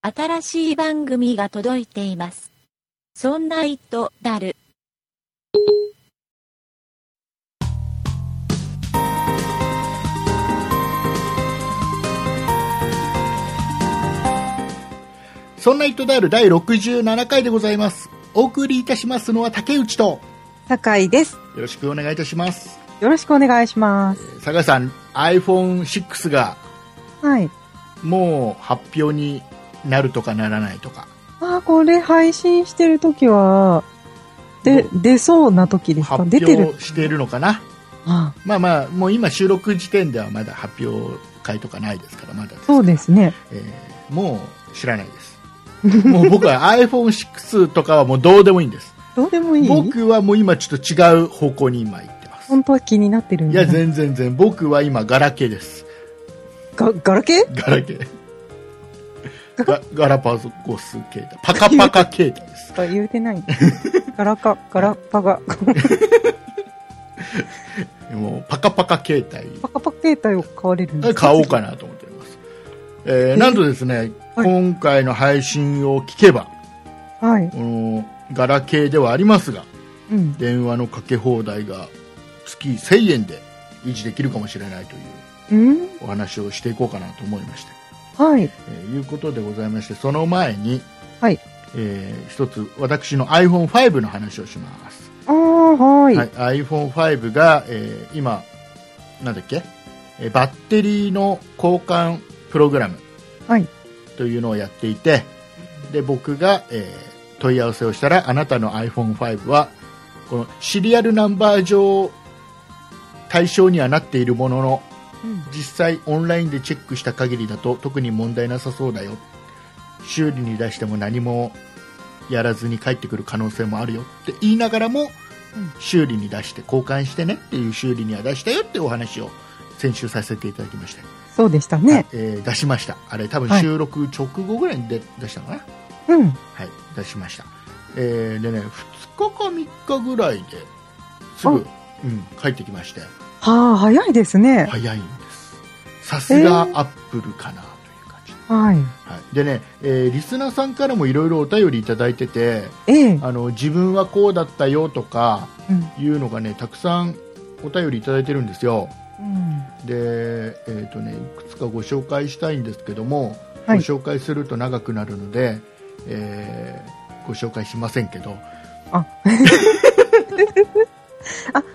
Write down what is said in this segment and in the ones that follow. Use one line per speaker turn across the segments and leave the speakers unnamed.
新しい番組が届いています。そんな糸だる。
そんな糸である第67回でございます。お送りいたしますのは竹内と、よ
酒井です。
ろしくお願いいたします。
よろしくお願いします。
坂井さん、iPhone6 が
はい。
もう発表になるとかならないとか、
あー、これ配信してる時は、で、出そうな時です
発
か
表
出てる。
しているのかな。
あ
まあまあ、もう今収録時点ではまだ発表会とかないですから、まだです
そうですね。
えーもう知らないです。 もう僕は iPhone6 とかはもうどうでもいいんです。
どうでもいい
僕はもう今ちょっと違う方向に今行ってます。
本当は気になってるん
い
だ
や、
な。
全然全然。僕は今、ガラケーです。
が、ガラケー
ガラケー。ガガラパゴス携帯。パカパカ携帯です。
あ言う てない。ガラカ、ガラパガ。
もう、パカパカ携
パカパカ携帯を買われるんで
帯
す
買おうかなと思っております。えーなんとですね、
はい
今回の配信を聞けば、
はい。
この、ガラケーではありますが、
うん。
電話のかけ放題が月1000円で維持できるかもしれないという
うん
お話をしていこうかなと思いまして、
はい。
えーいうことでございましてその前に、
はい
えー一つ私の iPhone5 の話をします、
ああ、はい。
はい iPhone5 が、えー今なんだっけ、えーバッテリーの交換プログラム
はい
というのをやっていてで僕が、えー問い合わせをしたらあなたの iPhone5 はこのシリアルナンバー上対象にはなっているものの
うん
実際オンラインでチェックした限りだと特に問題なさそうだよ修理に出しても何もやらずに帰ってくる可能性もあるよって言いながらも、
うん
修理に出して交換してねっていう修理には出したよってお話を先週させていただきました、
そうでした
はい
ね。
えー出しましたあれ多分
はい
収録直後ぐらいに出出したのかな
うん。
はい、出しました、えーでね2日か3日ぐらいですぐ、うん、帰ってきまして
はあ、早いですね。
早いんですさすがアップルかなという感じ、
はい。
はい、でね、えーリスナーさんからもいろいろお便りいただいてて
ええ。
あの自分はこうだったよとか
うん。
いうのがねたくさんお便りいただいてるんですよ
うん。
で、えーとね、いくつかご紹介したいんですけども、
はい
ご紹介すると長くなるので、えーご紹介しませんけど
あ、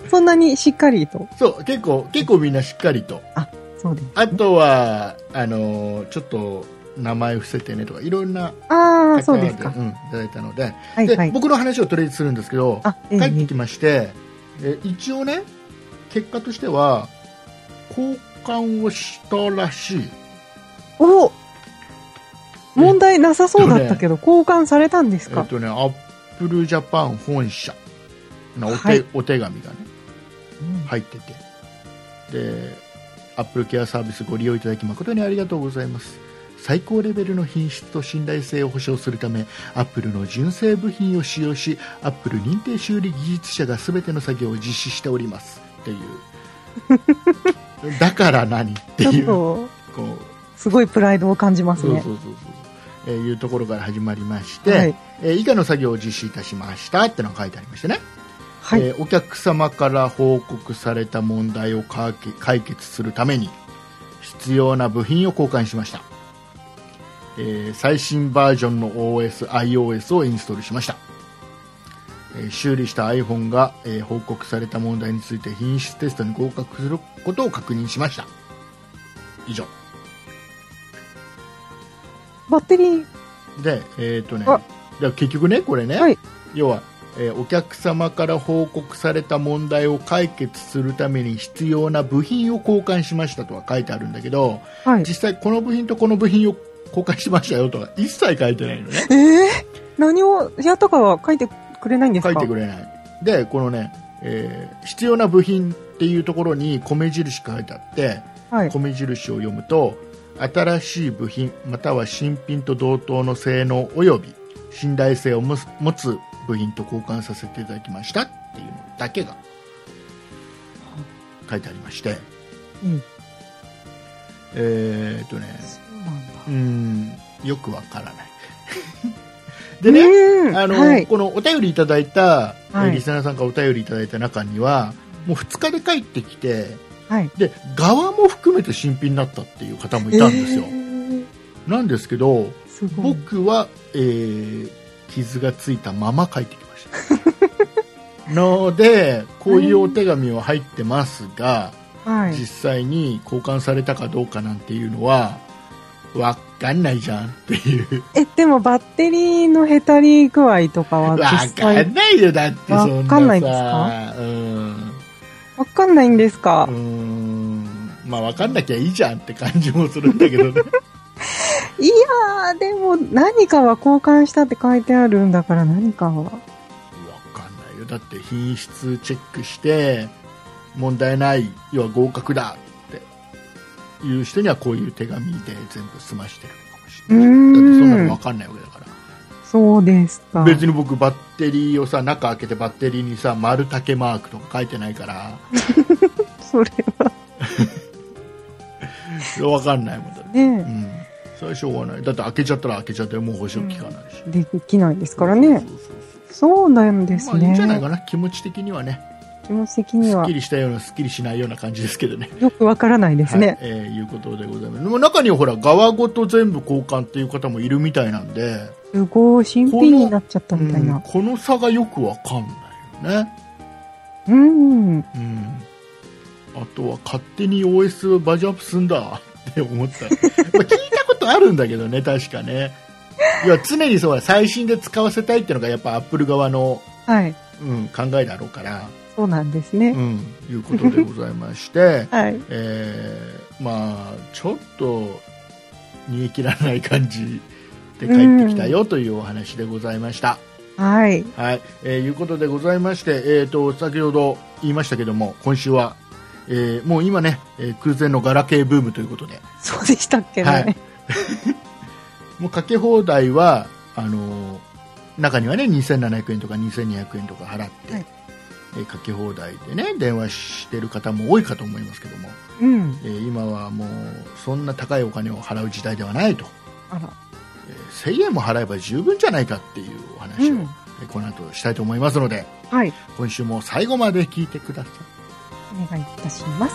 そんなにしっかりと。
そう結構結構みんなしっかりと
そうです。
あとはあのーちょっと名前伏せてねとかいろんな
ああ、
方
そう
々
で
です
か。
うん、いただいたので,、
はいはい
で。僕の話をとりあえずするんですけど
あ、ええ
帰ってきまして、え一応ね結果としては交換をしたらしい
お問題なさそうだったけど、交換されたんです
えっ
か、
とね、アップルジャパン本社のお手,、
はい
お手紙がね、入ってて、で、アップルケアサービスご利用いただき誠にありがとうございます。最高レベルの品質と信頼性を保証するため、アップルの純正部品を使用し、アップル認定修理技術者が全ての作業を実施しております。って いう。だから何って
ち
い
ょっ
う。こ
と、
う
すごいプライドを感じます
そうそう
ね。
そうそう、えーいうところから始まりまして、
はい
えー以下の作業を実施いたしましたってのが書いてありましてね、
はい。
えーお客様から報告された問題を解決解決するために必要な部品を交換しました、えー最新バージョンの OSiOS をインストールしました、えー修理した iPhone が、えー報告された問題について品質テストに合格することを確認しました以上
バッテリー、
で、えーとね、
あ
で結局ね、これね、
はい
要は、えーお客様から報告された問題を解決するために必要な部品を交換しましたとは書いてあるんだけど、
はい。
実際この部品とこの部品を交換しましたよとは一切書いてないのね。
ええ何をやったかは書いてくれないんです
書
か
いてくれない。で、このね、えー必要な部品っていうところに米印書いてあって、
はい。
米印を読むと新しい部品または新品と同等の性能及び信頼性を持つ持つ部品と交換させていただきましたっていうのだけが書いてありまして
うん。
えーっとね
そうなん
うん
だ。
よくわからない でね、
うん
あの
はい。
このお便りいただいた、えー
はい
リスナーさんからお便りいただいた中にはもう2日で帰ってきて
はい。
で側も含めて新品だったっていう方もいたんですよ、
えー
なんですけど
すごい。
僕は、えー傷がついたまま帰ってきました のでこういうお手紙は入ってますが、
はい。
実際に交換されたかどうかなんていうのはわかんないじゃんっていう
え、でもバッテリーのへたり具合とかは
わ
実
か
際
ん、ないよだってそんなさ
わかんないですか
うん
わかんないんですか
うーんまあ分かんなきゃいいじゃんって感じもするんだけどね
いやー、でも何かは交換したって書いてあるんだから何かは。
分かんないよだって品質チェックして問題ない要は合格だっていう人にはこういう手紙で全部済ましてるのかもしれな
う
い
ーん
だってそんなの分かんないわけだから
そうですか。
別に僕バッテリーをさ中開けてバッテリーにさ丸竹マークとか書いてないから
それは
分かんないもんだって、う
ね、
ん、それはしょうがないだって開けちゃったら開けちゃってもう保証効かないし、
できないですからね
そう。そうそうそう
そうなんです
まあいいん
ね
じゃ。ないかな気持ち的にはね
気持ち的に
すっ
は
きりしたようなすっきりしないような感じですけどね。
よくわからないですね。
はいえーいうことでございます。でも中にはほら、側ごと全部交換っていう方もいるみたいなんで、
すごい、新品になっちゃったみたい
うん
な。
この差がよくわかんないよね。
うん。
うん。あとは勝手に OS バージョンアップすんだ って思った。まあ聞いたことあるんだけどね、確かね。いや、常にそう最新で使わせたいっていうのがやっぱ Apple 側の、
はい。
うん、考えだろうから、
そうなんです
う
ね。
ん、いうことでございまして、
はい。
えーまあちょっと煮え切らない感じで帰ってきたよというお話でございました。
はい。
はい、えーいうことでございまして、えー、と先ほど言いましたけども今週は、えーもう今ね、えー空前のガラケーブームということで
そうでしたっけね。
はいもうかけ放題はあのー中にはね2700円とか2200円とか払って、
はい
えーかけ放題でね電話してる方も多いかと思いますけども、
うん。
えー今はもうそんな高いお金を払う時代ではないと、
あら。
えー1000円も払えば十分じゃないかっていうお話を、
うん
えーこの後したいと思いますので
はい。
今週も最後まで聞いてください
お願いいたします。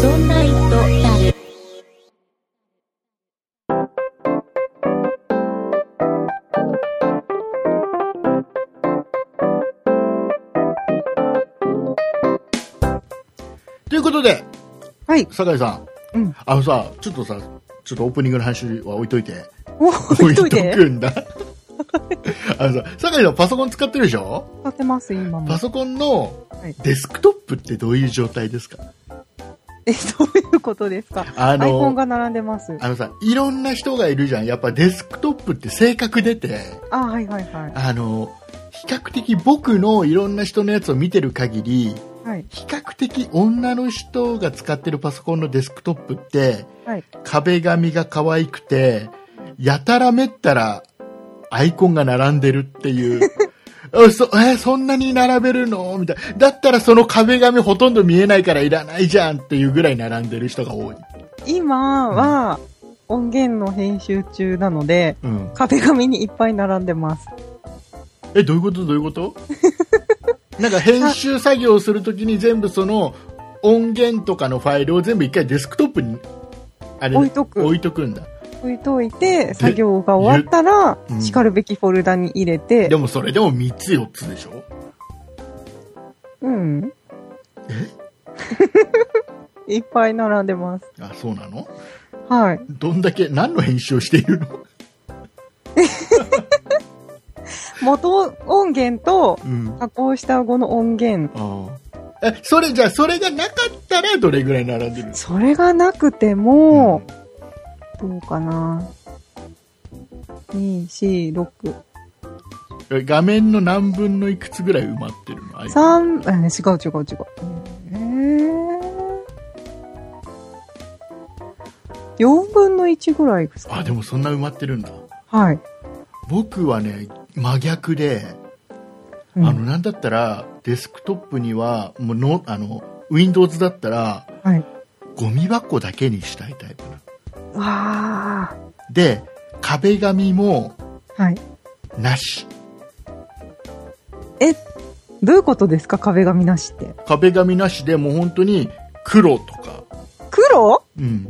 そんな糸だる。
ということで
はい。
酒井さん
うん。
あのさちょっとさちょっとオープニングの話は置いといて
お置いと い
置
て。
くんだあのさ酒井さんパソコン使ってるでしょ
使ってます、今も
パ。ソコンの
はい
デスクトップってどういう状態ですか
え、どういうことですか
あ
アイコン
の
が並んでます。
あのさいろんな人がいるじゃんやっぱデスクトップって性格出て
あ、はいはいは
あの、比較的僕のいろんな人のやつを見てる限り、
い。はい。
比較的女の人が使ってるパソコンのデスクトップって、
はい。
壁紙が可愛くて、やたらめったらアイコンが並んでるっていう。 あそえーそんなに並べるのみたいな。だったらその壁紙ほとんど見えないからいらないじゃんっていうぐらい並んでる人が多い。
今は、音源の編集中なので、
うん。
壁紙にいっぱい並んでます。
え、どういうことどういうこと なんか編集作業をするときに全部その音源とかのファイルを全部一回デスクトップにあれ
置いとく
置いとくんだ。
置いといて、作業が終わったら
ゆう、ん
しかるべきフォルダに入れて
で、もそれでも3つ4つでしょ
うん。 いっぱい並んでます。
あ、そうなの
はい。
どんだけ、何の編集をしているの
元音源と、
うん。あ
加工した後の音源
あ。えそれじゃあそれがなかったらどれぐらい並んでるんです
それがなくて
か
も、どうかな。2、4、6。
うん画面の何分のいくつぐらい埋まってるのあい
三あね違う違う違う。えー、4分の1ぐらいですか、
あでもそんな埋まってるんだ
はい。
僕はね真逆で、
うん
あのなんだったらデスクトップにはもうのあの Windows だったら
はい。
ゴミ箱だけにしたいタイプな
わあ。
で壁紙も
はい。
なし
どういうことですか壁紙なしって。
壁紙なしでもう本当に黒とか、
黒
うん、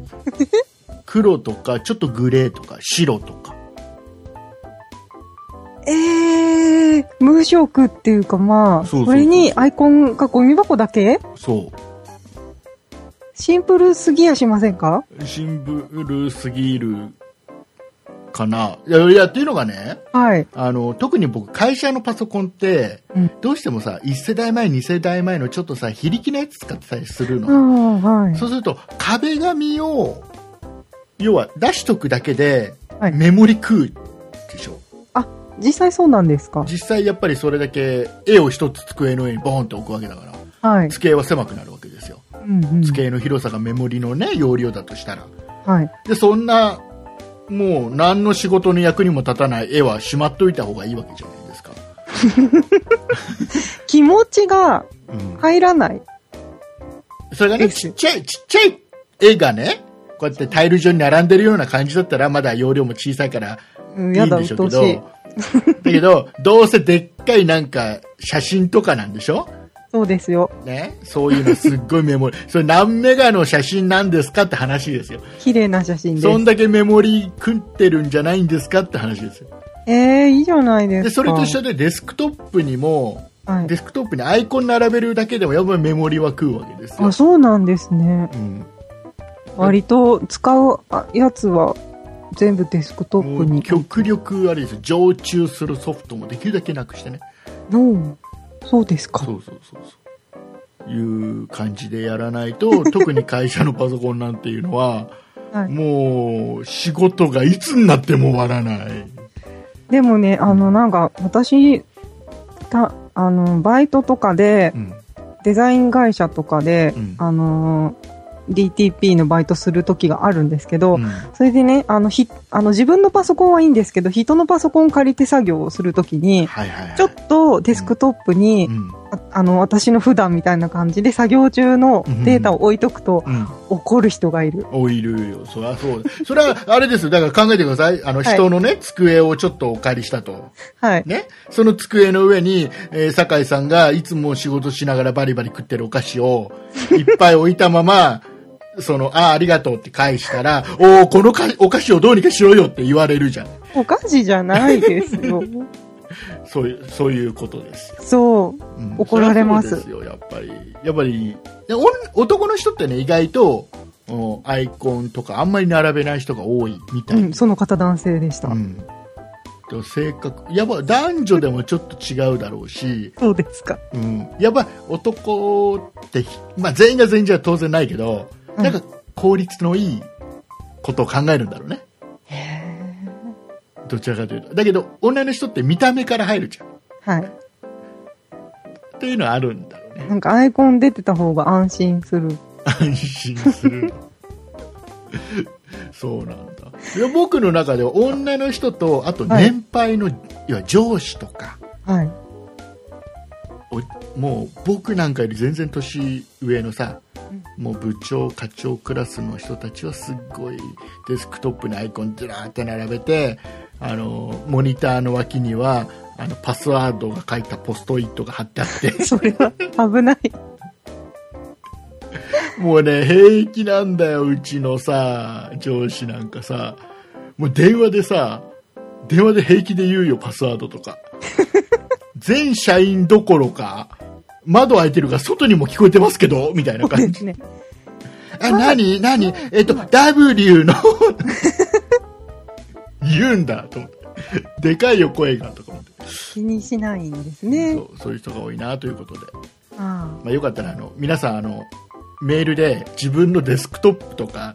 黒とかちょっとグレーとか白とか
ええー、無色っていうかま
そ
あ、
うそうそう
これにアイコンがゴミ箱だけ
そ
シンプルすぎやしませんか
うシンプルすぎるかないやいやっていうのがね
はい。
あの特に僕会社のパソコンって、
うん
どうしてもさ1世代前2世代前のちょっとさ非力なやつ使ってたりする
う
の、
ん、はい。
そうすると壁紙を要は出しとくだけで、
はい
メモリ食うでしょ
実際そうなんですか
実際やっぱりそれだけ絵を一つ机の上にボーンと置くわけだから
はい。
机は狭くなるわけですよ
うんうん。
机の広さがメモリのね容量だとしたら
はい。
でそんなもう何の仕事の役にも立たない絵はしまっといた方がいいわけじゃないですか、
気持ちが
うん、
入らない。
それがね、
です
ちっちゃい、ちっちゃい絵がね、こうやってタイル上に並んでるような感じだったら、まだ容量も小さいから
う
いいん
ん、やだ、
で
う
しょ
っと
う
う
け
しい
ど。、 だけど、どうせでっかいなんか写真とかなんでしょ
そうですよ。
ね。そういうのすっごいメモリ、 それ何メガの写真なんですかって話ですよ。
綺麗な写真で
そん
す。
だけメモリ食ってるんじゃないんですかって話ですよ。
えー、いいじゃないですか。
で、それと一
緒
緒でデスクトップにも、
はい
デ。スクトップにアイコン並べるだけでもやっぱりメモリは食うわけですよ
あ、。そうなんですね。
うん
割と使うあやつは全部デスクトップ
もう
に。
極力あれですよ常駐するソフトもできるだけなくしてね
うんそうですか。
そうそうそうそういう感じでやらない と特に会社のパソコンなんていうのは、
はい
もう仕事がいつになっても終わらない
でもね、あの、なんか、私、た、あの、バイトとかで
う、ん
デザイン会社とかで、
うん
あの、DTP のバイトする時があるんですけど、
うん
それでね、あの、ひ、あの、自分のパソコンはいいんですけど、人のパソコン借りて作業をするときに、
はいはいはい
ちょっとデスクトップに、
うん
ああの、私の普段みたいな感じで作業中のデータを置いとくと
うん
怒る人がいる。
おいるよそりゃそうだそれはあれですよだから考えてくださいあの
はい
人のね、机をちょっとお借りしたと
はい。
ね、その机の上に、えー酒井さんがいつも仕事しながらバリバリ食ってるお菓子 をいっぱい置いたまま、その、ああ、ありがとうって返したら、おお、このかお菓子をどうにかしろよって言われるじゃん。
お菓子じゃないですよ。
そういう、そういうことですよ。
そう。
うん
怒られます
そりゃそうですよ、やっぱり。やっぱり、でおん男の人ってね、意外と、おアイコンとかあんまり並べない人が多いみた
う
い。
ん、その方男性でした。
うん。でも性格、やっぱ男女でもちょっと違うだろうし、
そうですか。
うん、やっぱ男ってひ、まあ、全員が全員じゃ当然ないけど、
うん
なんか効率のいいことを考えるんだろうねどちらかというとだけど女の人って見た目から入るじゃん
はい。
っていうのはあるんだろうね
なんかアイコン出てた方が安心する。
安心する そうなんだいや僕の中では女の人とあと
はい
年配の、いや上司とか
はい。
おもう僕なんかより全然年上のさ、もう部長課長クラスの人たちはすっごいデスクトップにアイコンずらーって並べてあのモニターの脇にはあのパスワードが書いたポストイットが貼ってあって
それは危ない。
もうね平気なんだようちのさ上司なんかさもう電話でさ電話で平気で言うよパスワードとか全社員どころか窓開いてるから外にも聞こえてますけどみたい
そ
な
う
感
で
じ
すね。
え、なになにえっと、W の、言うんだと思って。でかいよ、声が、とか思って。
気にしないんですね
そ。う、そういう人が多いな、ということで。
あ
まあ、よかったらあの皆さんあのメールで自分のデスクトップとか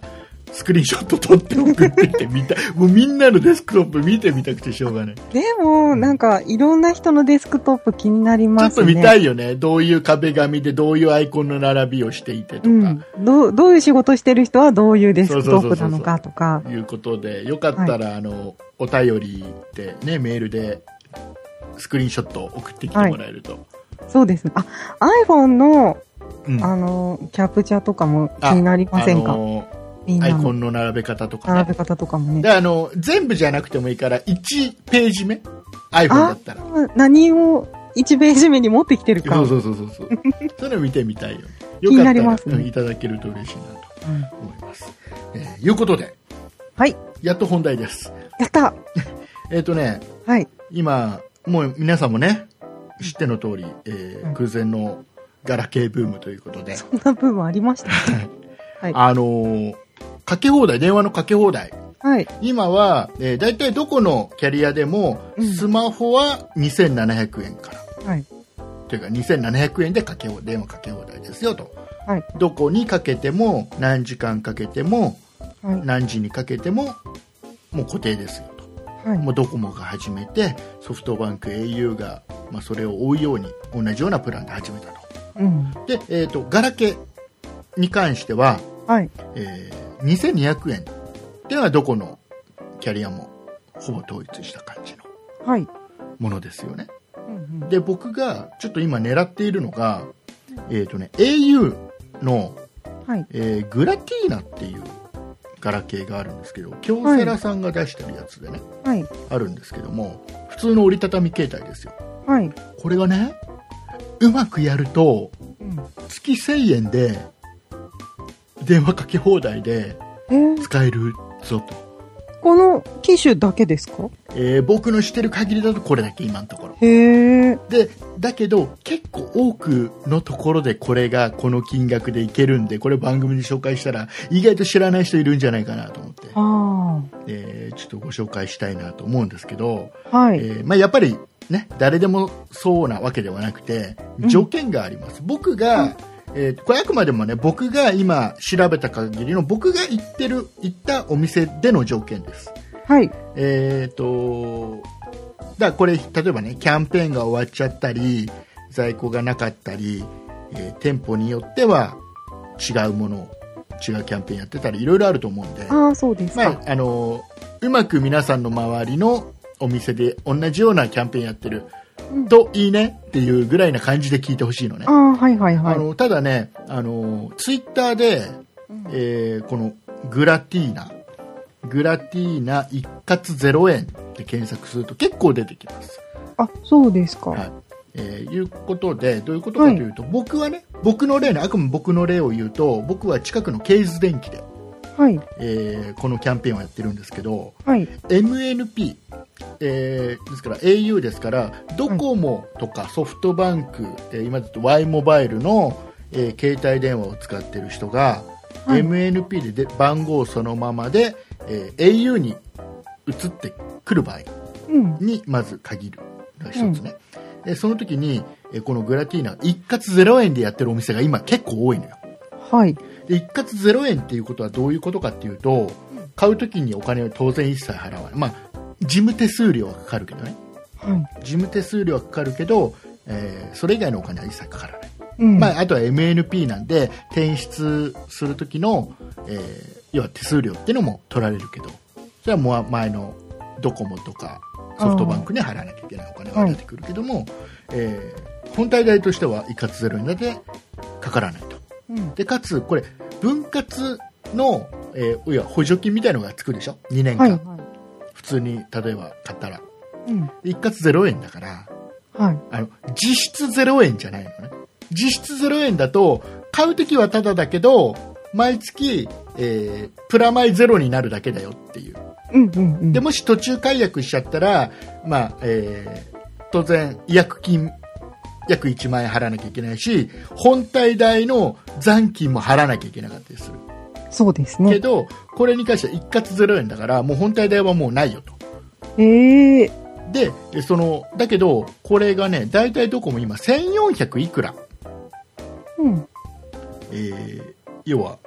スクリーンショット撮って送ってきてみた もうみんなのデスクトップ見てみたくてしょうがない
でも、なんか、いろんな人のデスクトップ気になり
ちょ
ま
っ
す
と
ね。
見た
い
いよねどういう壁紙でどういうアイコンの並びをしていてとか、
うん。どう、どういう仕事してる人はどういうデスクトップなのかとか。
いうことでよかったら、あのお便りで、ね、メールでスクリーンショットを送ってきてもらえると、
そうですね。あ、iPhone の、
うん
あの、キャプチャーとかも気になりません
あ
か
の
みん
アイ
な
コ
の
ンの並べ方とか、ね
並べ方とかも
で
ね。
あの全部じゃなくてもいいから1ページ目 iPhone だったら
何を1ページ目に持ってきてるか。
そう
う
そうそうそう そうそういうの見てみたいよねよ
気
かっ
に
た
な
ら
りますね
うんいただけると嬉しいなと
ん
思います、えーいうことで
はい。
やっと本題です
やった
えっ、とね
はい。
今もう皆さんもね知っての通り、えー
うん
空前のガラケーブームということで、
こんな部分ありましたね。 はい
あのーかけ放題電話のかけ放題
はい。
今は、えー、大体どこのキャリアでも
うん
スマホは2700円から、
はい。
というか2700円でかけ放電話かけ放題ですよと
はい。
どこにかけても何時間かけても
はい。
何時にかけてももう固定ですよ
は
と
い。
もうドコモが始めてソフトバンク au が、まあ、それを追うように同じようなプランで始めたと
うん。
で、えー、とガラケーに関しては、
はい。
えー2200円っていうのはどこのキャリアもほぼ統一した感じの
はい。
ものですよね
うんうん
で僕がちょっと今狙っているのが、えーとね、au の、
はい。
えーグラティーナっていうガラケーがあるんですけど京セラさんが出してるやつでね、
はい。
あるんですけども普通の折りたたみ携帯ですよ
はい。
これがねうまくやると
うん
月1000円で電話かけ放題で
えー
使えるぞと、
この機種だけですか
えー僕の知ってる限りだとこれだけ今のところ
へえ。
でだけど結構多くのところでこれがこの金額でいけるんでこれ番組で紹介したら意外と知らない人いるんじゃないかなと思って、
あ
えーちょっとご紹介したいなと思うんですけど、
あ。は
え
い。
ーまあ、やっぱりね誰でもそうなわけではなくて条件があります、僕が、えーこれあくまでもね僕が今調べた限りの僕が行ってる行ったお店での条件です
はい。
えー、とだからこれ例えばねキャンペーンが終わっちゃったり在庫がなかったり、えー店舗によっては違うものを違うキャンペーンやってたりいろいろあると思うんで
ああ、そうです
ま
か
あ。あのうまく皆さんの周りのお店で同じようなキャンペーンやってる
うん
といいねっていうぐらいな感じで聞いてほしいのね。
ああ、はいはいは
あ
い。
のただねあのツイッターで、
うん
えーこのグラティーナグラティーナ一括0円って検索すると結構出てきます、
あ、そうですか。
はいえーいうことでどういうことかというと、僕はね僕の例ねあくまで僕の例を言うと僕は近くのケイズ電機で、
はい。
えーこのキャンペーンをやってるんですけど
はい。
MNP、えーですから au ですからドコモとかソフトバンク、えー今だと Y モバイルの、えー携帯電話を使ってる人が、
はい
MNP でで番号そのままで、えー au に移ってくる場合
うん。
にまず限るが一つね、でその時に、えーこのグラティーナ一括0円でやってるお店が今結構多いのよ
はい。
で一括0円っていうことはどういうことかっていうと買うときにお金を当然一切払わない、まあ、事務手数料はかかるけどね
はい。
事務手数料はかかるけど、えーそれ以外のお金は一切かからない、
うん。
まあ、あとは MNP なんで転出するときの、えー要は手数料っていうのも取られるけどそれはもう前のドコモとかソフトバンクに払わなきゃいけないお金が出てくるけども、えー本体代としては一括0円だけかからないと。
うん。
でかつこれ分割の、えーいや補助金みたいのがつくでしょ2年
は
間、
い。は
普通に例えば買ったら
い。うん。
一括0円だから
はい。
あの実質0円じゃないのね実質0円だと買う時はタダだけど毎月、えープラマイゼロになるだけだよっていう
うんうんうん。
でもし途中解約しちゃったら、まあえー当然、違約金約1万円払わなきゃいけないし本体代の残金も払わなきゃいけなかったりする
そうです
け
ね。
ど、これに関しては一括0円だからもう本体代はもうないよと
ええ。
でえそのだけど、これがね大体どこも今1400いくら
うん。
えー要は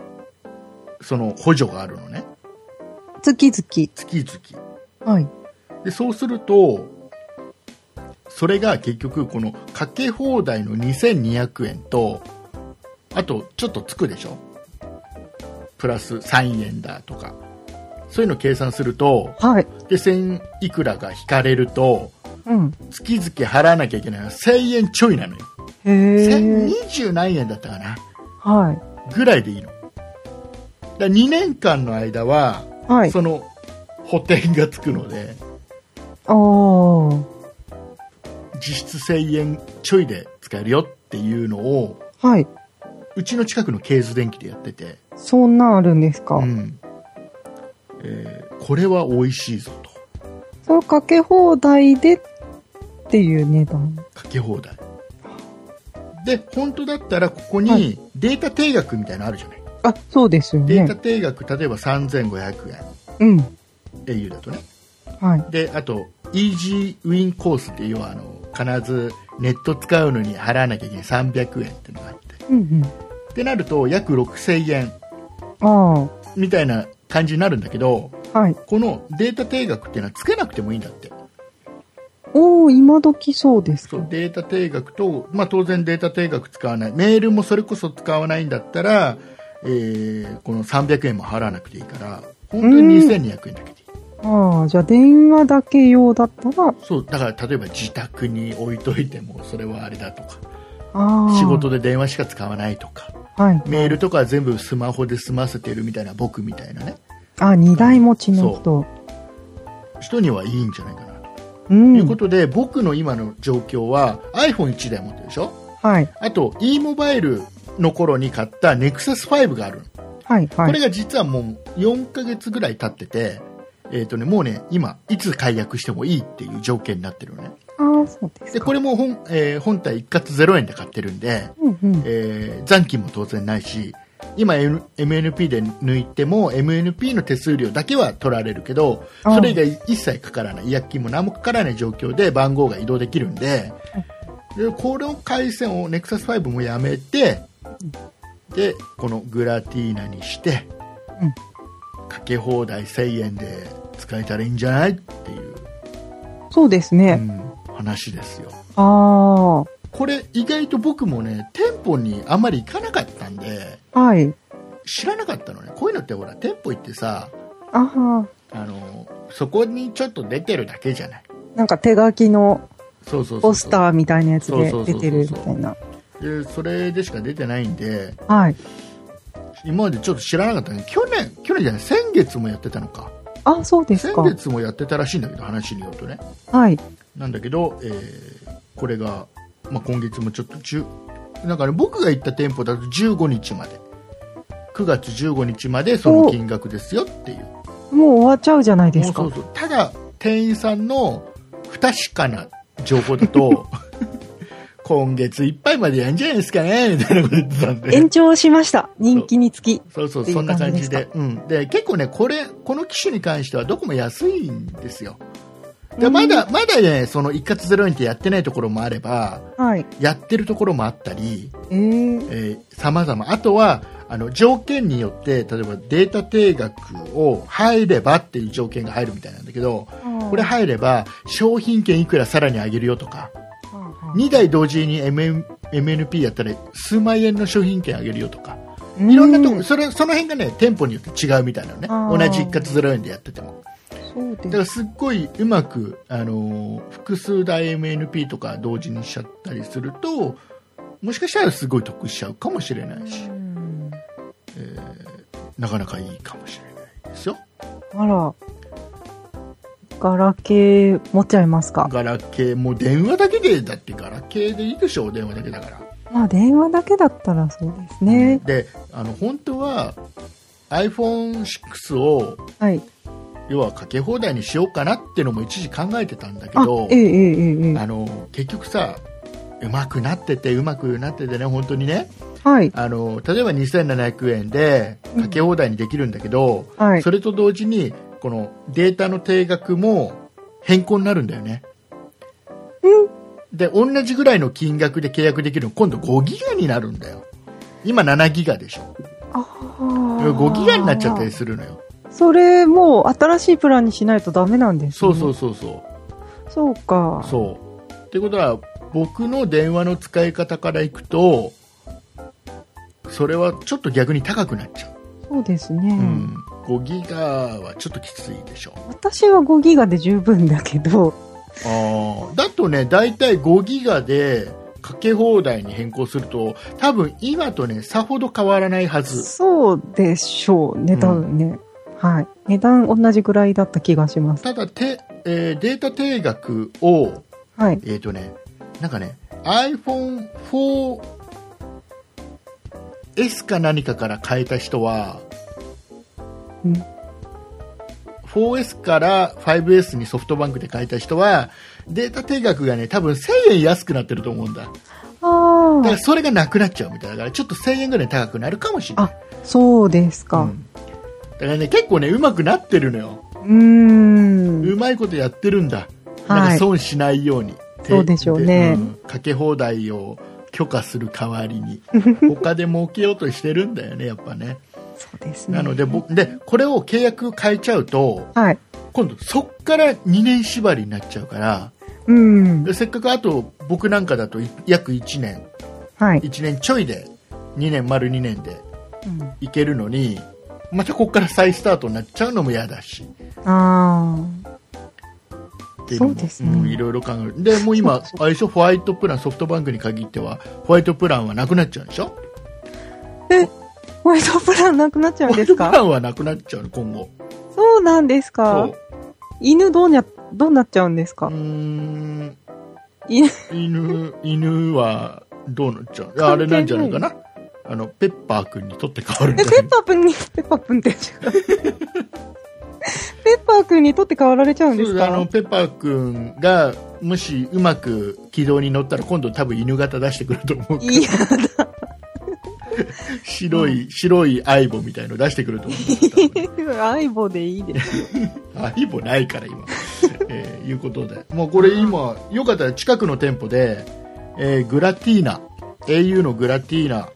その補助があるのね
月
月々
々。はい。
でそうするとそれが結局このかけ放題の2200円とあとちょっとつくでしょプラス3円だとかそういうの計算すると
はい。
で1000いくらが引かれると
うん。
月々払わなきゃいけないのは1000円ちょいなのよ
へえ。
1020何円だったかな
はい。
ぐらいでいいのだ2年間の間は、
はい。
その補填がつくので
ああ。
実質1000円ちょいで使えるよっていうのを
はい。
うちの近くのケーズ電機でやってて、
そんなんあるんですか。
うんえーこれは美味しいぞと
それかけ放題でっていう値段。
かけ放題で本当だったらここ
は
にデータ定額みたいなのあるじゃない、
あ、そうですよ
データ
ね。
定額例えば3500円
うん。
au だとね
はい。
であと EG ウィンコースっていうあの必ずネット使うのに払わなきゃいけない300円っていうのがあって
うんうん。
ってなると約6000円
あ
みたいな感じになるんだけど
あ。はい。
このデータ定額っていうのはつけなくてもいいんだって
おお今時そうですか
そう。データ定額と、まあ、当然データ定額使わないメールもそれこそ使わないんだったら、えーこの300円も払わなくていいから本当に2200円だけでいい
ああ、じゃあ電話だけ用だったら、
そうだから例えば自宅に置いといてもそれはあれだとか
ああ。
仕事で電話しか使わないとか
はい。
メールとかは全部スマホで済ませてるみたいな僕みたいなね
あ、二台持ちの人。
人にはいいんじゃないかなと、
う
いうんこ。とで僕の今の状況は iPhone1 台持ってるでしょ
はい。
あと e モバイルの頃に買った NEXUS5 があるの
はい。は
これ
い。
が実はもう4ヶ月ぐらい経っててえっ、とねもうね今いつ解約してもいいっていう条件になってるのね
ああ、そうです
で
か。
これも本,、えー本体一括0円で買ってるんで、
うんうん。
えー残金も当然ないし今 M- MNP で抜いても MNP の手数料だけは取られるけどそれ以外一切かからない違約金も何もかからない状況で番号が移動できるんででこの回線を NEXUS5 もやめてでこのグラティーナにして、かけ放題1000円で使えたらいいんじゃないっていう、
そうです
う
ね。
ん話ですよ。
あ
これ意外と僕もね店舗にあんまり行かなかったんで
あ。はい。
知らなかったのねこういうのってほら店舗行ってさ
ああ。
あのそこにちょっと出てるだけじゃない
なんか手書きの
そうそうそうそう
ポスターみたいなやつで
そうそうそう
出
そう
てるみたいな。
でそれでしか出てないんで
はい。
今までちょっと知らなかったね去年去年じゃない先月もやってたのか
あ、そうです
先
か。
月もやってたらしいんだけど話によるとね
はい。
なんだけど、えーこれが、まあ、今月もちょっと10なんかね僕が行った店舗だと15日まで9月15日までその金額ですよっていう
もう終わっちゃうじゃないですか
もう。そうそうただ店員さんの不確かな情報だ と今月いっぱいまでやんじゃないですかねみたいなこと言ってたんで
延長し ました。人気につき。
そうそう
っていう
そんな感じで
感
うん、で結構ねこれこの機種に関してはどこも安いんですよで
うん
まだまだねその一括0円ってやってないところもあれば
はい。
やってるところもあったり
えー、
えー様々あとはあの条件によって例えばデータ定額を入ればっていう条件が入るみたいなんだけど これ入れば商品券いくらさらに上げるよとか2台同時に MM MNP やったら数万円の商品券上げるよとかいろんなとこ
う
それその辺がね店舗によって違うみたいなのね
あ
同
ー
じ一括0円でやってても
そう
だ
で
か
す
らすっごいうまく、あのー複数台 MNP とか同時にしちゃったりするともしかしたらすごい得しちゃうかもしれないし
うん
なかなかいいかもしれないですよ
あら。ガラケー持っちゃいますか。
ガラケーもう電話だけでだってガラケーでいいでしょ電話だけだから
まあ電話だけだったらそうですね。
であの本当は iPhone6 を
はい。
要はかけ放題にしようかなってのも一時考えてたんだけ
あ
ど、
ええええええ
あの結局さうまくなっててうまくなっててね本当にね
はい。
あの例えば2700円でかけ放題にできるんだけど、
はい
そ。れと同時にこのデータの定額も変更になるんだよね、で同じぐらいの金額で契約できるの今度5ギガになるんだよ今7ギガでしょ
あー
5ギガになっちゃったりするのよ
それもう新しいプランにしないとダメなんです、ね、
そうそうそうそう
そうか
そうってことは僕の電話の使い方からいくとそれはちょっと逆に高くなっちゃう、
そうですね、
うん、5ギガはちょっときついでしょ
私は5ギガで十分だけど
あーだとね大体5ギガでかけ放題に変更すると多分今とねさほど変わらないはず
そうでしょうね多分ね、はい値段同じぐらいだった気がします
ただて、えーデータ定額を
はい
えっ、とねなんかね iPhone4S か何かから変えた人は
うん
4S から 5S にソフトバンクで変えた人はデータ定額がね多分1000円安くなってると思うんだ
あ
だから
あ
それがなくなっちゃうみたいだからちょっと1000円ぐらい高くなるかもしれない
そうですか
うんだからね結構ねうまくなってるのよ、
うーん
うまいことやってるんだ、なん
は
か
い
損しないように
そうでしょうね
んかけ放題を許可する代わり に他で儲けようとしてるんだよねやっぱね
そうですね
なので僕でこれを契約変えちゃうと
はい
今度そっから2年縛りになっちゃうから
うん
でせっかくあと僕なんかだとい約1年
はい、
1年ちょいで2年丸2年で
うん
いけるのにまたここから再スタートになっちゃうのも嫌だし
あ
っていうのも
そうですね
んいろいろ考えるでもう 今あれでしょホワイトプランソフトバンクに限ってはホワイトプランはなくなっちゃうんでしょ
あ。え、ホワイトプランなくなっちゃう
ホ
ん
ワ
で
イ
す
トプ ラ
か
ンはなくなっちゃうの今後
そうなんです
そ
か
う
犬どうにゃ、どうなっちゃうんですか、
うーん
犬、
犬犬はどうなっちゃうあれなんじゃないかなあのペッパー君にとって変わるん
え、
じゃな
ペ
い
ッパーくんに、ペッパーくんって違う。 ペッパーくんにとって変わられちゃうんです
そうあの
か
ペッパー君がもしうまく軌道に乗ったら今度多分犬型出してくると思う
いやだ。
白い、白いアイボみたいの出してくると思う多分
相棒でいいです。
あ、イボないから 今、えーいうことで、もうこれ今、よかったら近くの店舗で、えーグラティーナ、au のグラティーナ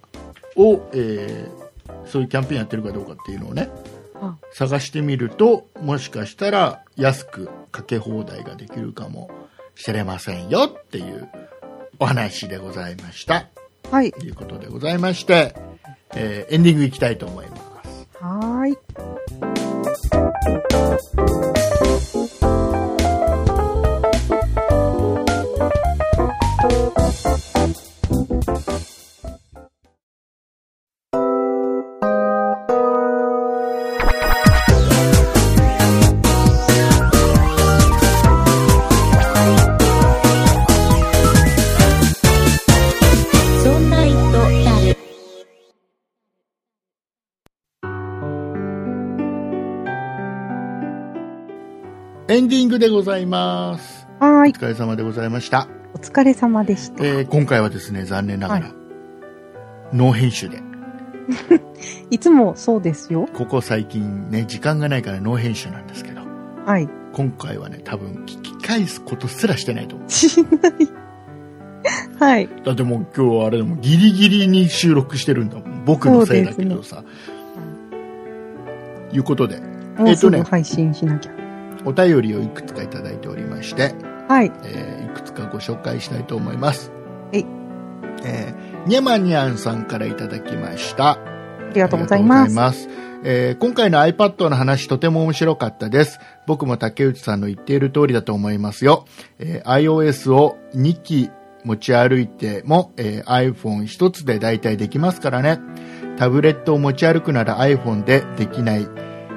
を、えーそういうキャンペーンやってるかどうかっていうのをね
あ、
探してみると、もしかしたら安くかけ放題ができるかもしれませんよっていうお話でございました。
はい。
ということでございまして、えーエンディングいきたいと思います。
はーい。
そんな糸だる。
エンディングでございます。
はー
お
い。
疲れ様でございました。
お疲れ様でした。
えー今回はですね、残念ながら、
は
ノー編集で、
いつもそうですよ。
ここ最近ね、時間がないからノー編集なんですけど、
はい。
今回はね、多分聞き返すことすらしてないと思
しない。はい。
う。だってもう今日はあれでもギリギリに収録してるんだもん。僕のせいだけどさ。いうことで、
も
え
う
っ
す
とね
ぐ配信しなきゃ。
お便りをいくつかいただいておりまして、
はい。
えーいくつかご紹介したいと思います。
えい
えー、ニャマニャンさんからいただきました。
ありがとうござい
あ
ま
り
す。
がとうございます。えー今回の iPad の話とても面白かったです。僕も竹内さんの言っている通りだと思いますよ。えー iOS を2機持ち歩いても、え iPhone1 つで大体できますからね。タブレットを持ち歩くなら iPhone でできない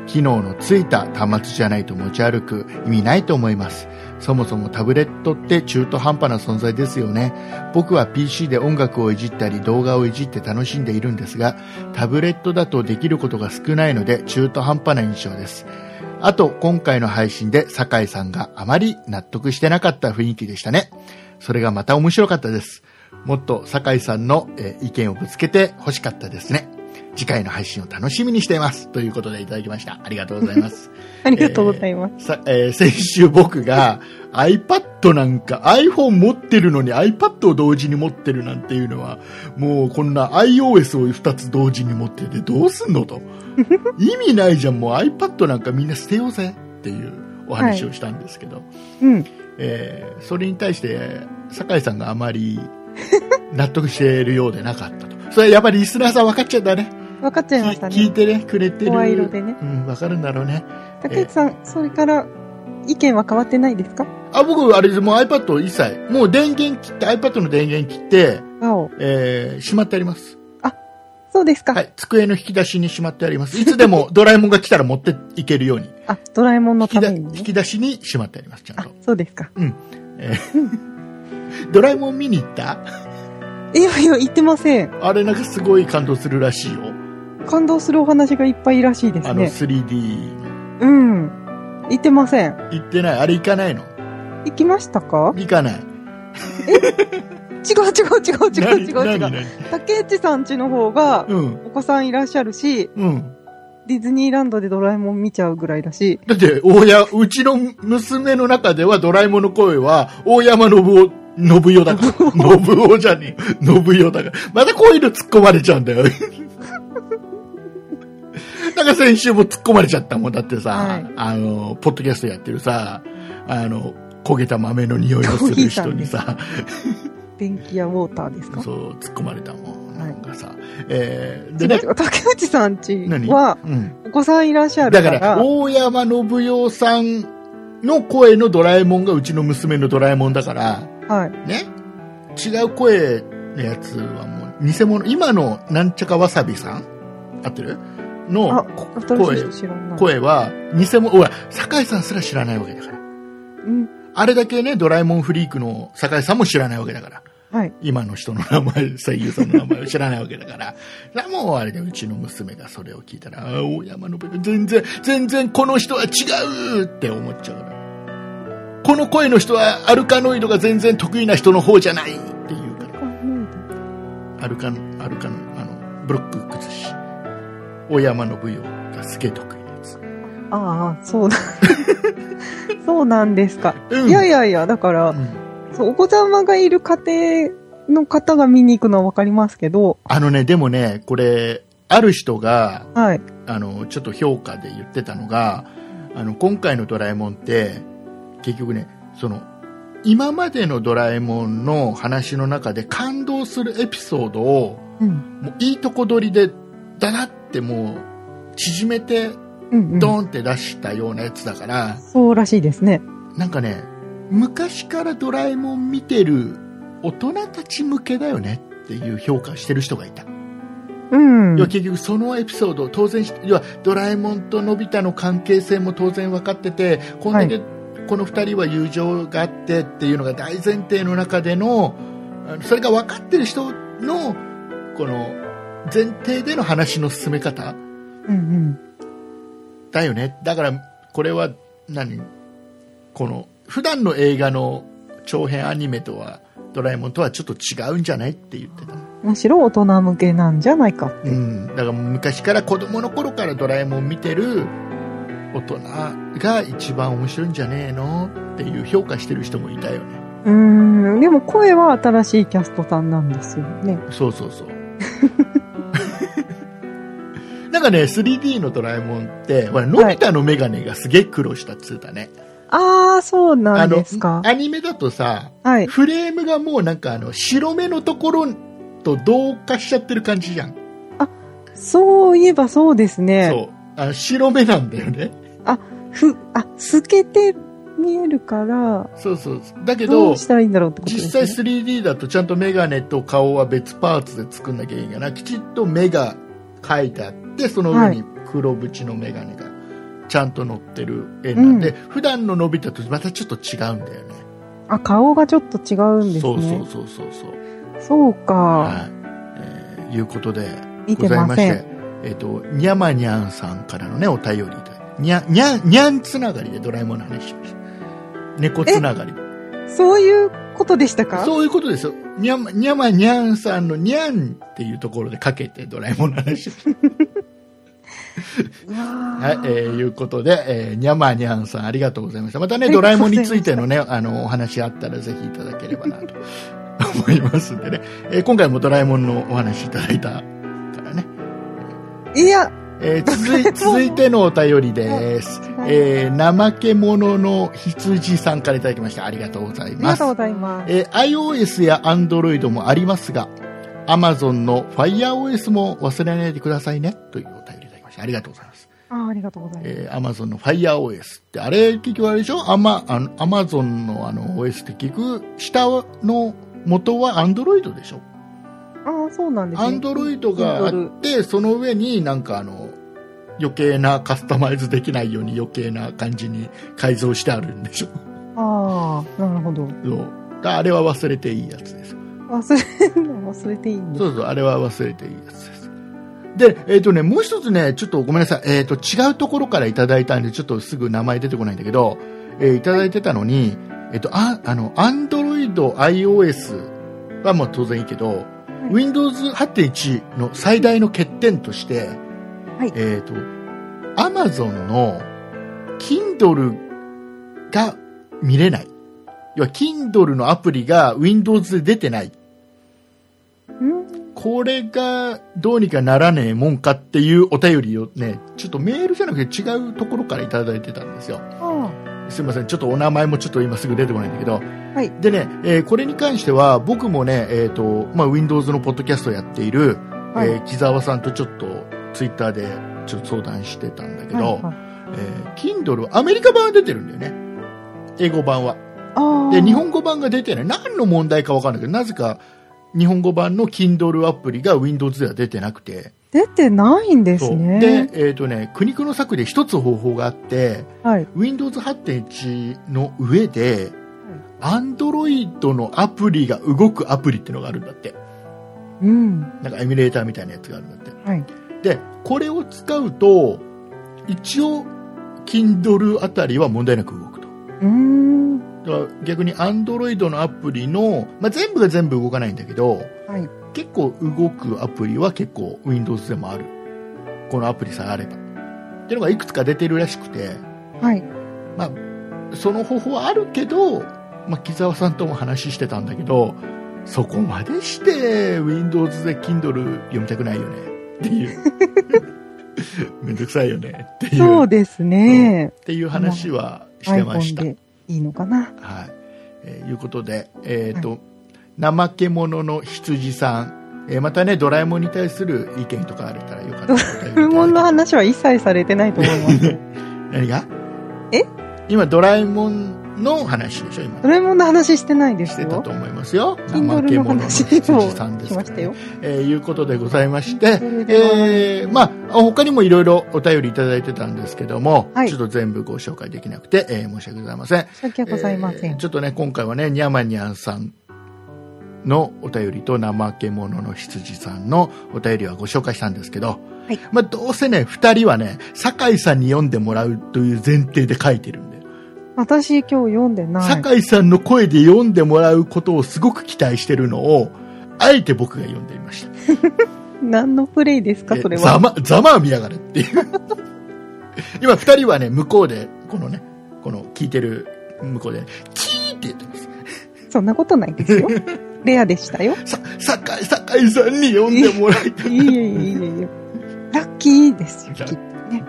機能のついた端末じゃないと持ち歩く意味ないと思います。そもそもタブレットって中途半端な存在ですよね。僕は PC で音楽をいじったり動画をいじって楽しんでいるんですが、タブレットだとできることが少ないので中途半端な印象です。あと、今回の配信で酒井さんがあまり納得してなかった雰囲気でしたね。それがまた面白かったです。もっと酒井さんのえー意見をぶつけて欲しかったですね。次回の配信を楽しみにしています。ということでいただきました。ありがとうございます。
ありがとうございます。
さえー先週僕が iPad なんか iPhone 持ってるのに iPad を同時に持ってるなんていうのはもうこんな iOS を2つ同時に持っててどうすんのと意味ないじゃんもう iPad なんかみんな捨てようぜっていうお話をしたんですけど、
うん。
えーそれに対して酒井さんがあまり 納得しているようでなかったとそれはやっぱりリスナーさん分かっちゃったね
分かっちゃいました
聞い
ね。
てねくれてる
声色でね
うん、分かるんだろうね
竹内さん、それから意見は変わってないですか
あ、僕、あれです。もう iPad を一切、もう電源切って、iPad の電源切って、
青。
えー、しまってあります。
そうですか。
はい。机の引き出しにしまってあります。いつでも ドラえもんが来たら持っていけるように。
あ、ドラえもんの
引き
た
だ
めに
引
ね。
き出しにしまってあります、ちゃん
あ
と。、
そうですか。
ドラえもん見に行った
いやいや、言ってません。
あれなんかすごい感動するらしいよ。
感動するお話がいっぱいらしいで
あ
す
の
ね。
3D の。
うん。言ってません。
行ってない。あれ行かないの
行きましたか
行かない。
違う違う違う違う違う違
何何
う。
何
竹内さん家の方が、
うん。
お子さんいらっしゃるし、
うん。
ディズニーランドでドラえもん見ちゃうぐらいだし、
だって、大や、うちの娘の中ではドラえもんの声は、大山信夫、信代だ から。信夫じゃねえ。信代だから。またこういうの突っ込まれちゃうん だよ。なんか先週も突っ込まれちゃったもん。だってさ、
はい
あの、ポッドキャストやってるさ、あの、焦げた豆の匂いをする人にさ、
電気やウォーターですか
そう、突っ込まれたもん。
は
ないんかさ、えー、
違
で
う
ね
違、う。竹内さん家
何
は、
うん。
お子さんいらっしゃる
だか
か、
らら、大山信代さんの声のドラえもんがうちの娘のドラえもんだから、
はい。
ね、違う声のやつはもう偽物、今のなんちゃかわさびさん合ってるの
あ、新しい
声
人知らない。
声は偽物、ほら、酒井さんすら知らないわけだから。
うん。
あれだけね、ドラえもんフリークの酒井さんも知らないわけだから。
はい。
今の人の名前、声優さんの名前を知らないわけだから。だからもうあれで、うちの娘がそれを聞いたら、あー大山信代、全然、全然この人は違うって思っちゃうから。この声の人はアルカノイドが全然得意な人の方じゃないっていうから。アルカノ、アルカノ、あの、ブロック崩し。大山信代がすげえ得意なやつ。
ああ、そうだ。 そうなんですか。
うん
いやいやいや、だから、
うん
そうお子様がいる家庭の方が見に行くのはわかりますけど、
あのね、でもね、これ、ある人が、
はい。
あの、ちょっと評価で言ってたのが、あの、今回のドラえもんって、結局ね、その、今までのドラえもんの話の中で感動するエピソードを、
うん。
もういいとこ取りで、だなってもう、縮めて、
うん、うん。
ドーンって出したようなやつだから、
そうらしいですね。
なんかね、昔からドラえもん見てる大人たち向けだよねっていう評価してる人がいた。
うん。
要は結局そのエピソードを当然し要はドラえもんとのび太の関係性も当然分かっててこんだけこの2人は友情があってっていうのが大前提の中でのあのそれが分かってる人のこの前提での話の進め方
うん
だよねだからこれは何この普段の映画の長編アニメとはドラえもんとはちょっと違うんじゃないって言ってた。
うん。むしろ大人向けなんじゃないかって。
うん、だからもう昔から子供の頃からドラえもん見てる大人が一番面白いんじゃねえのっていう評価してる人もいたよね
うん。でも声は新しいキャストさんなんですよね。
そうそうそうなんかね 3D のドラえもんってほらのび太の眼鏡がすげえ苦労したっつうたね、
ああ、そうな
あ
ん
の
ですか。
アニメだとさ
はい。
フレームがもうなんかあの白目のところと同化しちゃってる感じじゃん、
そういえばそうですね。
そうあの白目なんだよね
ふ、あ、透けて見えるから、
そうそうだけ
ど
ど
うしたらいいんだろうってことです
実
ね。
際 3D だとちゃんとメガネと顔は別パーツで作んなきゃいけないきちっと目が描いてあってその上に黒縁のメガネがちゃんと乗ってる絵なんで、普段ののび太とまたちょっと違うんだよね
あ、顔がちょっと違うんですね。
そ
そ
ううそうそうそうそう
か、
はい、えーいうことで
見
ご
て
ざいま
ま
して
せん。
えっ、とにゃまにゃんさんからのねお便りでにゃにゃにゃんつながりでドラえもんの話しました猫つながり
そういうことでしたか
そういうことですよ。にゃま、にゃまにゃんさんのにゃんっていうところでかけてドラえもんの話をして。はい、えー、いうことで、えー、にゃまにゃんさんありがとうございました。またね、
はい
ドラえもんについてのね、あの、お話あったらぜひいただければなと 思いますんでね。えー今回もドラえもんのお話いただいたからね。
いや、
えー 続い続いてのお便りです。えー、怠け者の羊さんからいただきました。ありがとうござい
ありが
ま
と
す
う。ございます。
えー iOS や Android もありますが、Amazon の FireOS も忘れないでくださいね。というお便りいただきました。ありがとうございます。
あありがとうございます。
えー Amazon の FireOS って、あれ、結局あれでしょアマあの ?Amazon のあの OS って結局、下の元は Android でしょ
ああ、そうなんですね。
?Android があって、その上になんかあの、余計なカスタマイズできないように余計な感じに改造してあるんでしょ
ああ、なるほど。
そうだあれは忘れていいやつです。
忘れる の忘れていいんです。
そうそう、あれは忘れていいやつです。で、えっ、とね、もう一つね、ちょっとごめんなさい、えっ、と、違うところからいただいたんで、ちょっとすぐ名前出てこないんだけど、えーいただいてたのに、えっ、と、あ、あの、アンドロイド、iOS はもう当然いいけど、Windows 8.1の最大の欠点として、
はい
えっ、と、Amazon の Kindle が見れない。要は、Kindle のアプリが Windows で出てない。
うん
これがどうにかならねえもんかっていうお便りをね、ちょっとメールじゃなくて違うところからいただいてたんですよ。
あ
すいません、ちょっとお名前もちょっと今すぐ出てこないんだけど。
はい
でね、えーこれに関しては僕もね、えっ、と、まあ、Windows のポッドキャストをやっている、
あ、はい。
えー木澤さんとちょっと Twitter でちょっと相談してたんだけど、
はいはい
えー Kindle はアメリカ版は出てるんだよね。英語版は。
ああ
で、日本語版が出てない。何の問題かわかんないけど、なぜか、日本語版の Kindle アプリが Windows では出てなくて。
出てないんですね。
で、えっ、とね、苦肉の策で一つ方法があって、
はい。
Windows 8.1の上で、Android のアプリが動くアプリってのがあるんだって。
うん。
なんかエミュレーターみたいなやつがあるんだって。
はい。
で、これを使うと、一応、Kindle あたりは問題なく動くと。
うーん。
だから逆に Android のアプリの、まあ、全部が全部動かないんだけど、
はい。
結構動くアプリは結構 Windows でもある。このアプリさえあれば。っていうのがいくつか出てるらしくて、
はい。
まあ、その方法はあるけど、まあ、木澤さんとも話してたんだけど、そこまでして Windows で Kindle 読みたくないよねって いう。めんどくさいよねってい。
そううですね。
っていう話はしてまし
iPhone
た。
でいいのかな。
はい。えーいうことで、えっ、と、
は
怠け者の羊さん、えーまたね、ドラえもんに対する意見とかあるからよかったらお便りいただけた
不
ら。
問の話は一切されてないと思 います。
何が
え
今、ドラえもんの話でしょ、今
ド。ラえもんの話してないで
し
す
てた
よ
と。思いますよ。
Kindle の話
怠け者の
を
羊さんで
し
すか
ま
ら
したよ。
えーいうことでございまして、
Kindle では
えー、まあ、他にもいろいろお便りいただいてたんですけども、
はい
ちょっと全部ご紹介できなくて、えー申し訳ございません。
申し訳ございませ
えー
ん。
ちょっとね、今回はね、にゃまにゃんさんのお便りと、怠け者の羊さんのお便りはご紹介したんですけど、
はい
まあ、どうせね、二人はね、酒井さんに読んでもらうという前提で書いてるんで、
私今日読んでない。
酒井さんの声で読んでもらうことをすごく期待してるのを、あえて僕が読んでみました。
何のプレイですかそれ
えざ
は。
ま、ざまあ見やがれっていう。 今、二人はね、向こうで、このね、この聞いてる向こうで、キーって言ってます。
そんなことない ですよ。レアでしたよ。
さ、酒井、酒井さんに呼んでもらいたい。
いえいえいえいえ。ラッキーですよ、き
ラ
っ
ッ
とね。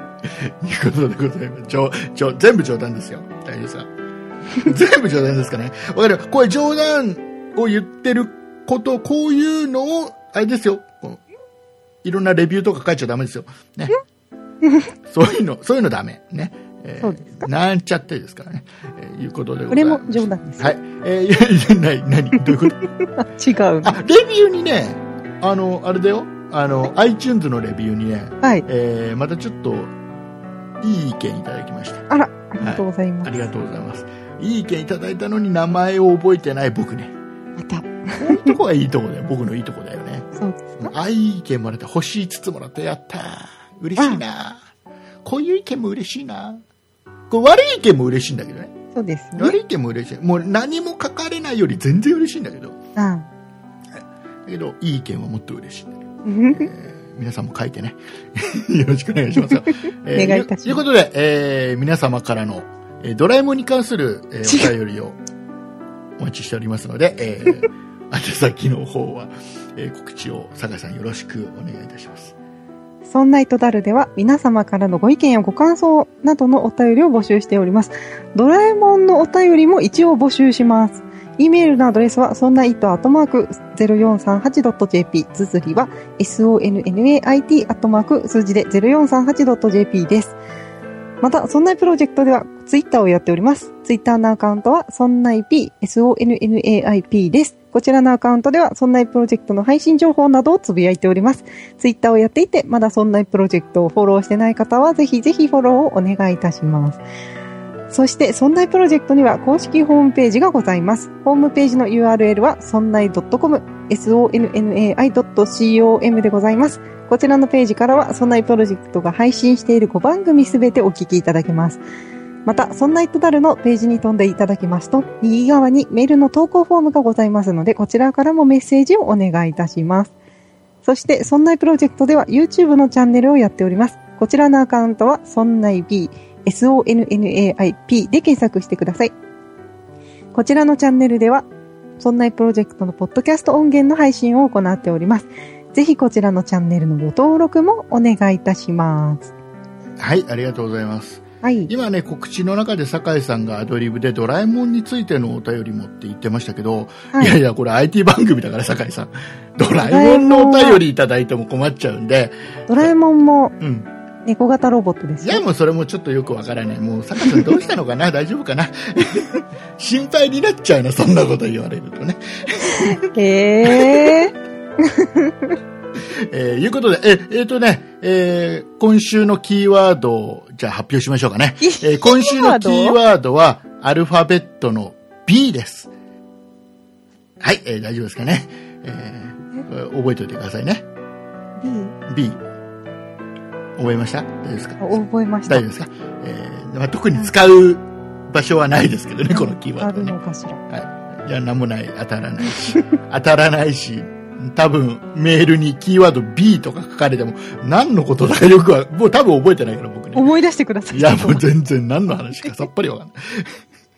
ということでございます。ち ょ、ちょ、全部冗談ですよ。 大丈夫ですか全部冗談ですかね。わかる。これ冗談を言ってること、こういうのを、あれですよ。このいろんなレビューとか書いちゃダメですよ。 ね。そういうの、そういうのダメ。ね。えー
そうですか
なんちゃってですからね。えーいうことでご
こ
ざい
れ
ます。
も冗談ですよ。
はい。えーいやいや、なに、なに、どういうこと
あ違う。
あ、レビューにね、あの、あれだよ。あの、iTunes のレビューにね、
はい。
えーまたちょっと、いい意見いただきました。
あら、ありがとうございま
あ
す。
りがとうございます。いい意見いただいたのに名前を覚えてない僕ね。
また。
こういうとこがいいとこだよ。僕のいいとこだよね。
そうですか。
あ、いい意見もらって、欲しいつつもらって、やったー。嬉しいなー、こういう意見も嬉しいなー。これ悪い意見も嬉しいんだけどね。
そうですね。
悪い意見も嬉しいもう何も書かれないより全然嬉しいんだけどだけどいい意見はもっと嬉しい、
うん。
えー皆さんも書いてね よろしくお願いしますよ、えー
お願いいたします
ということで、えー皆様からの、えードラえもんに関する、えーお便りをお待ちしておりますので、え ー宛先の方は、えー告知を酒井さんよろしくお願いいたします
そんな糸だるでは皆様からのご意見やご感想などのお便りを募集しております。ドラえもんのお便りも一応募集します。e メールのアドレスは、そんな糸アットマーク 0438.jp、つづりは sonnait アットマーク数字で 0438.jp です。また、そんないプロジェクトではツイッターをやっております。ツイッターのアカウントは、そんない p、sonnaip です。こちらのアカウントでは、そんないプロジェクトの配信情報などをつぶやいております。ツイッターをやっていて、まだそんなプロジェクトをフォローしてない方は、ぜひぜひフォローをお願いいたします。そして、そんなプロジェクトには公式ホームページがございます。ホームページの URL は、そんない .com、sonnai.com でございます。こちらのページからは、そんないプロジェクトが配信している5番組すべてお聞きいただけます。また、そんなイットダルのページに飛んでいただきますと、右側にメールの投稿フォームがございますので、こちらからもメッセージをお願いいたします。そして、そんないプロジェクトでは YouTube のチャンネルをやっております。こちらのアカウントは、そんない B、sonnaip で検索してください。こちらのチャンネルでは、そんないプロジェクトのポッドキャスト音源の配信を行っております。ぜひこちらのチャンネルのご登録もお願いいたします。
はいありがとうございます
はい。
今ね告知の中で酒井さんがアドリブで「ドラえもん」についてのお便りもって言ってましたけど、
はい
い、やいやこれ IT 番組だから酒井さんドラえもんのお便りいただいても困っちゃうんで、
ドラえもんも
うん、
猫型ロボットです
いや
よ。
もうそれもちょっとよくわからないもう酒井さんどうしたのかな 大丈夫かな心配になっちゃうなそんなこと言われるとね
へー。
えーいうことで、え、えーとね、えー今週のキーワードを、じゃあ発表しましょうかね。えー今週のキーワードは、アルファベットの B です。はい、えー大丈夫ですかね。えー覚えておいてくださいね。
B
B。覚えました大丈夫ですか
を覚えました。
大丈夫ですかえーまあ、特に使う場所はないですけどね、このキーワ
あ
ード
る
ね
の。かしら。
いや、なんもない。当たらないし。 当たらないし。多分、メールにキーワード B とか書かれても、何のことだかよくは、もう多分覚えてないから、僕ね。
思い出してください。
いや、もう全然何の話かさっぱりわかんない。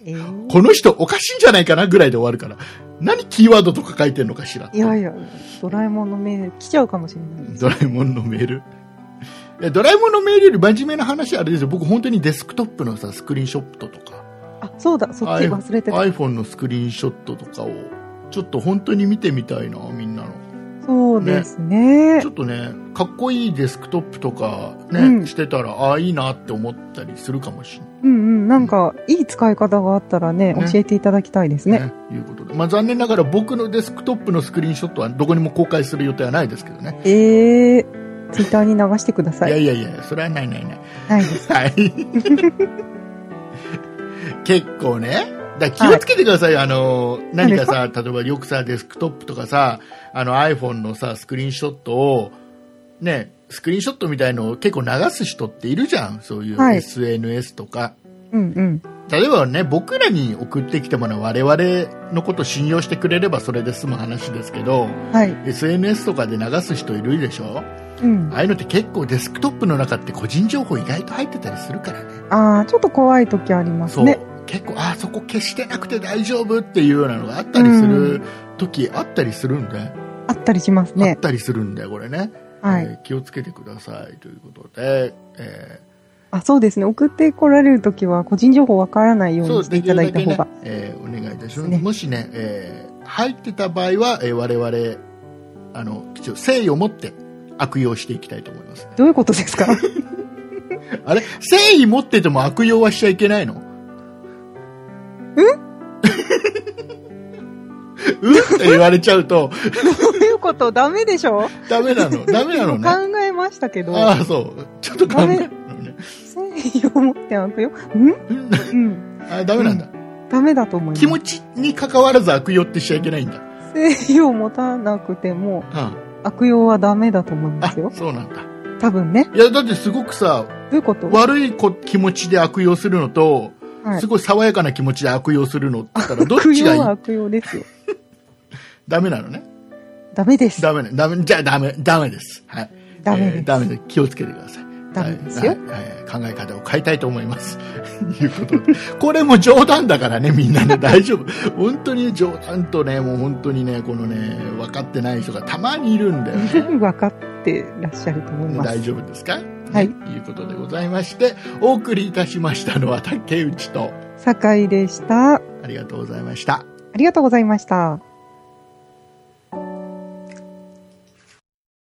えー
この人おかしいんじゃないかなぐらいで終わるから。何キーワードとか書いてんのかしらって
いやいや、ドラえもんのメール来ちゃうかもしれない。
ドラえもんのメール。いやドラえもんのメールより真面目な話あれですよ。僕本当にデスクトップのさ、スクリーンショットとか、
あ、そうだ、そっち忘れてた。
iPhone のスクリーンショットとかを、ちょっと本当に見てみたいな、みんなの。
そうですね。
ちょっとね、かっこいいデスクトップとかね、
うん
してたら、ああ、いいなって思ったりするかもしれ
うんうん、なんか、いい使い方があったらね、
ね
教えていただきたいです
ない。
ね。
ね。いうことで。まあ残念ながら僕のデスクトップのスクリーンショットはどこにも公開する予定はないですけどね。
えー、ツイッターに流してくださ
い、や
い。
いやいや、それはないないない。
ないです。
はい。結構ね、だから気をつけてくださいよ、あの、何かさ、例えばよくさ、デスクトップとかさ、あの iPhone のさ、スクリーンショットを、ね、スクリーンショットみたいのを結構流す人っているじゃん。そういう
はい
SNS とか。
うんうん。
例えばね、僕らに送ってきたものは我々のことを信用してくれればそれで済む話ですけど、
はい。
SNS とかで流す人いるでしょ
うん。
ああいうのって結構デスクトップの中って個人情報意外と入ってたりするからね。
あー、ちょっと怖い時あります
そう。
ね。
結構、あそこ消してなくて大丈夫っていうようなのがあったりす
う
る時あったりするんで、
あったりします
あっ
ね。
たりするんで、これね、
は
え
い。
ー気をつけてくださいということで、え
あ、そうですね。送ってこられる時は、個人情報わからないよう
そ
に
う
していただいた
で
方が。
きるだけねえーお願いいたします、
ね
もしね、えー入ってた場合は、えー我々あの一応誠意を持って悪用していきたいと思います
どういうことで すか
あれ誠意持ってても悪用はしちゃいけない のんうんって言われちゃうと
どういうことダメでしょ
ダメなのダメなのね
考えましたけど、
ああそうちょっと考えるのね
誠意を持って悪用。ん
うん
うん。
あダメなんだ、
ダメだと思います。
気持ちに関わらず悪用ってしちゃいけないんだ、うん
誠意を持たなくても悪用はダメだと思いま
あ
すよ。
そうなんだ
多分ね。
いやだってすごくさ
どういうこと
悪いこ気持ちで悪用するのと、
はい
すごい爽やかな気持ちで悪用するのって言ったら、どっ
悪
ち
用
がい
はい悪用ですよ。
ダメなのね。
ダメです。
ダメね。ダメ、じゃあダメ、ダメです。はい。
ダメです。
えーダメで気をつけてください。
ダメですよ
はいはいはい考え方を変えたいと思います。 ということで、これも冗談だからね、みんなね、大丈夫。本当に冗談とね、もう本当にね、このね、分かってない人がたまにいるんだよね。
分かってらっしゃると思います。
大丈夫ですかは
はい
ということでございまして、お送りいたしましたのは竹内と、
酒井でした。あ
ありがとうございました。
りがとうございました。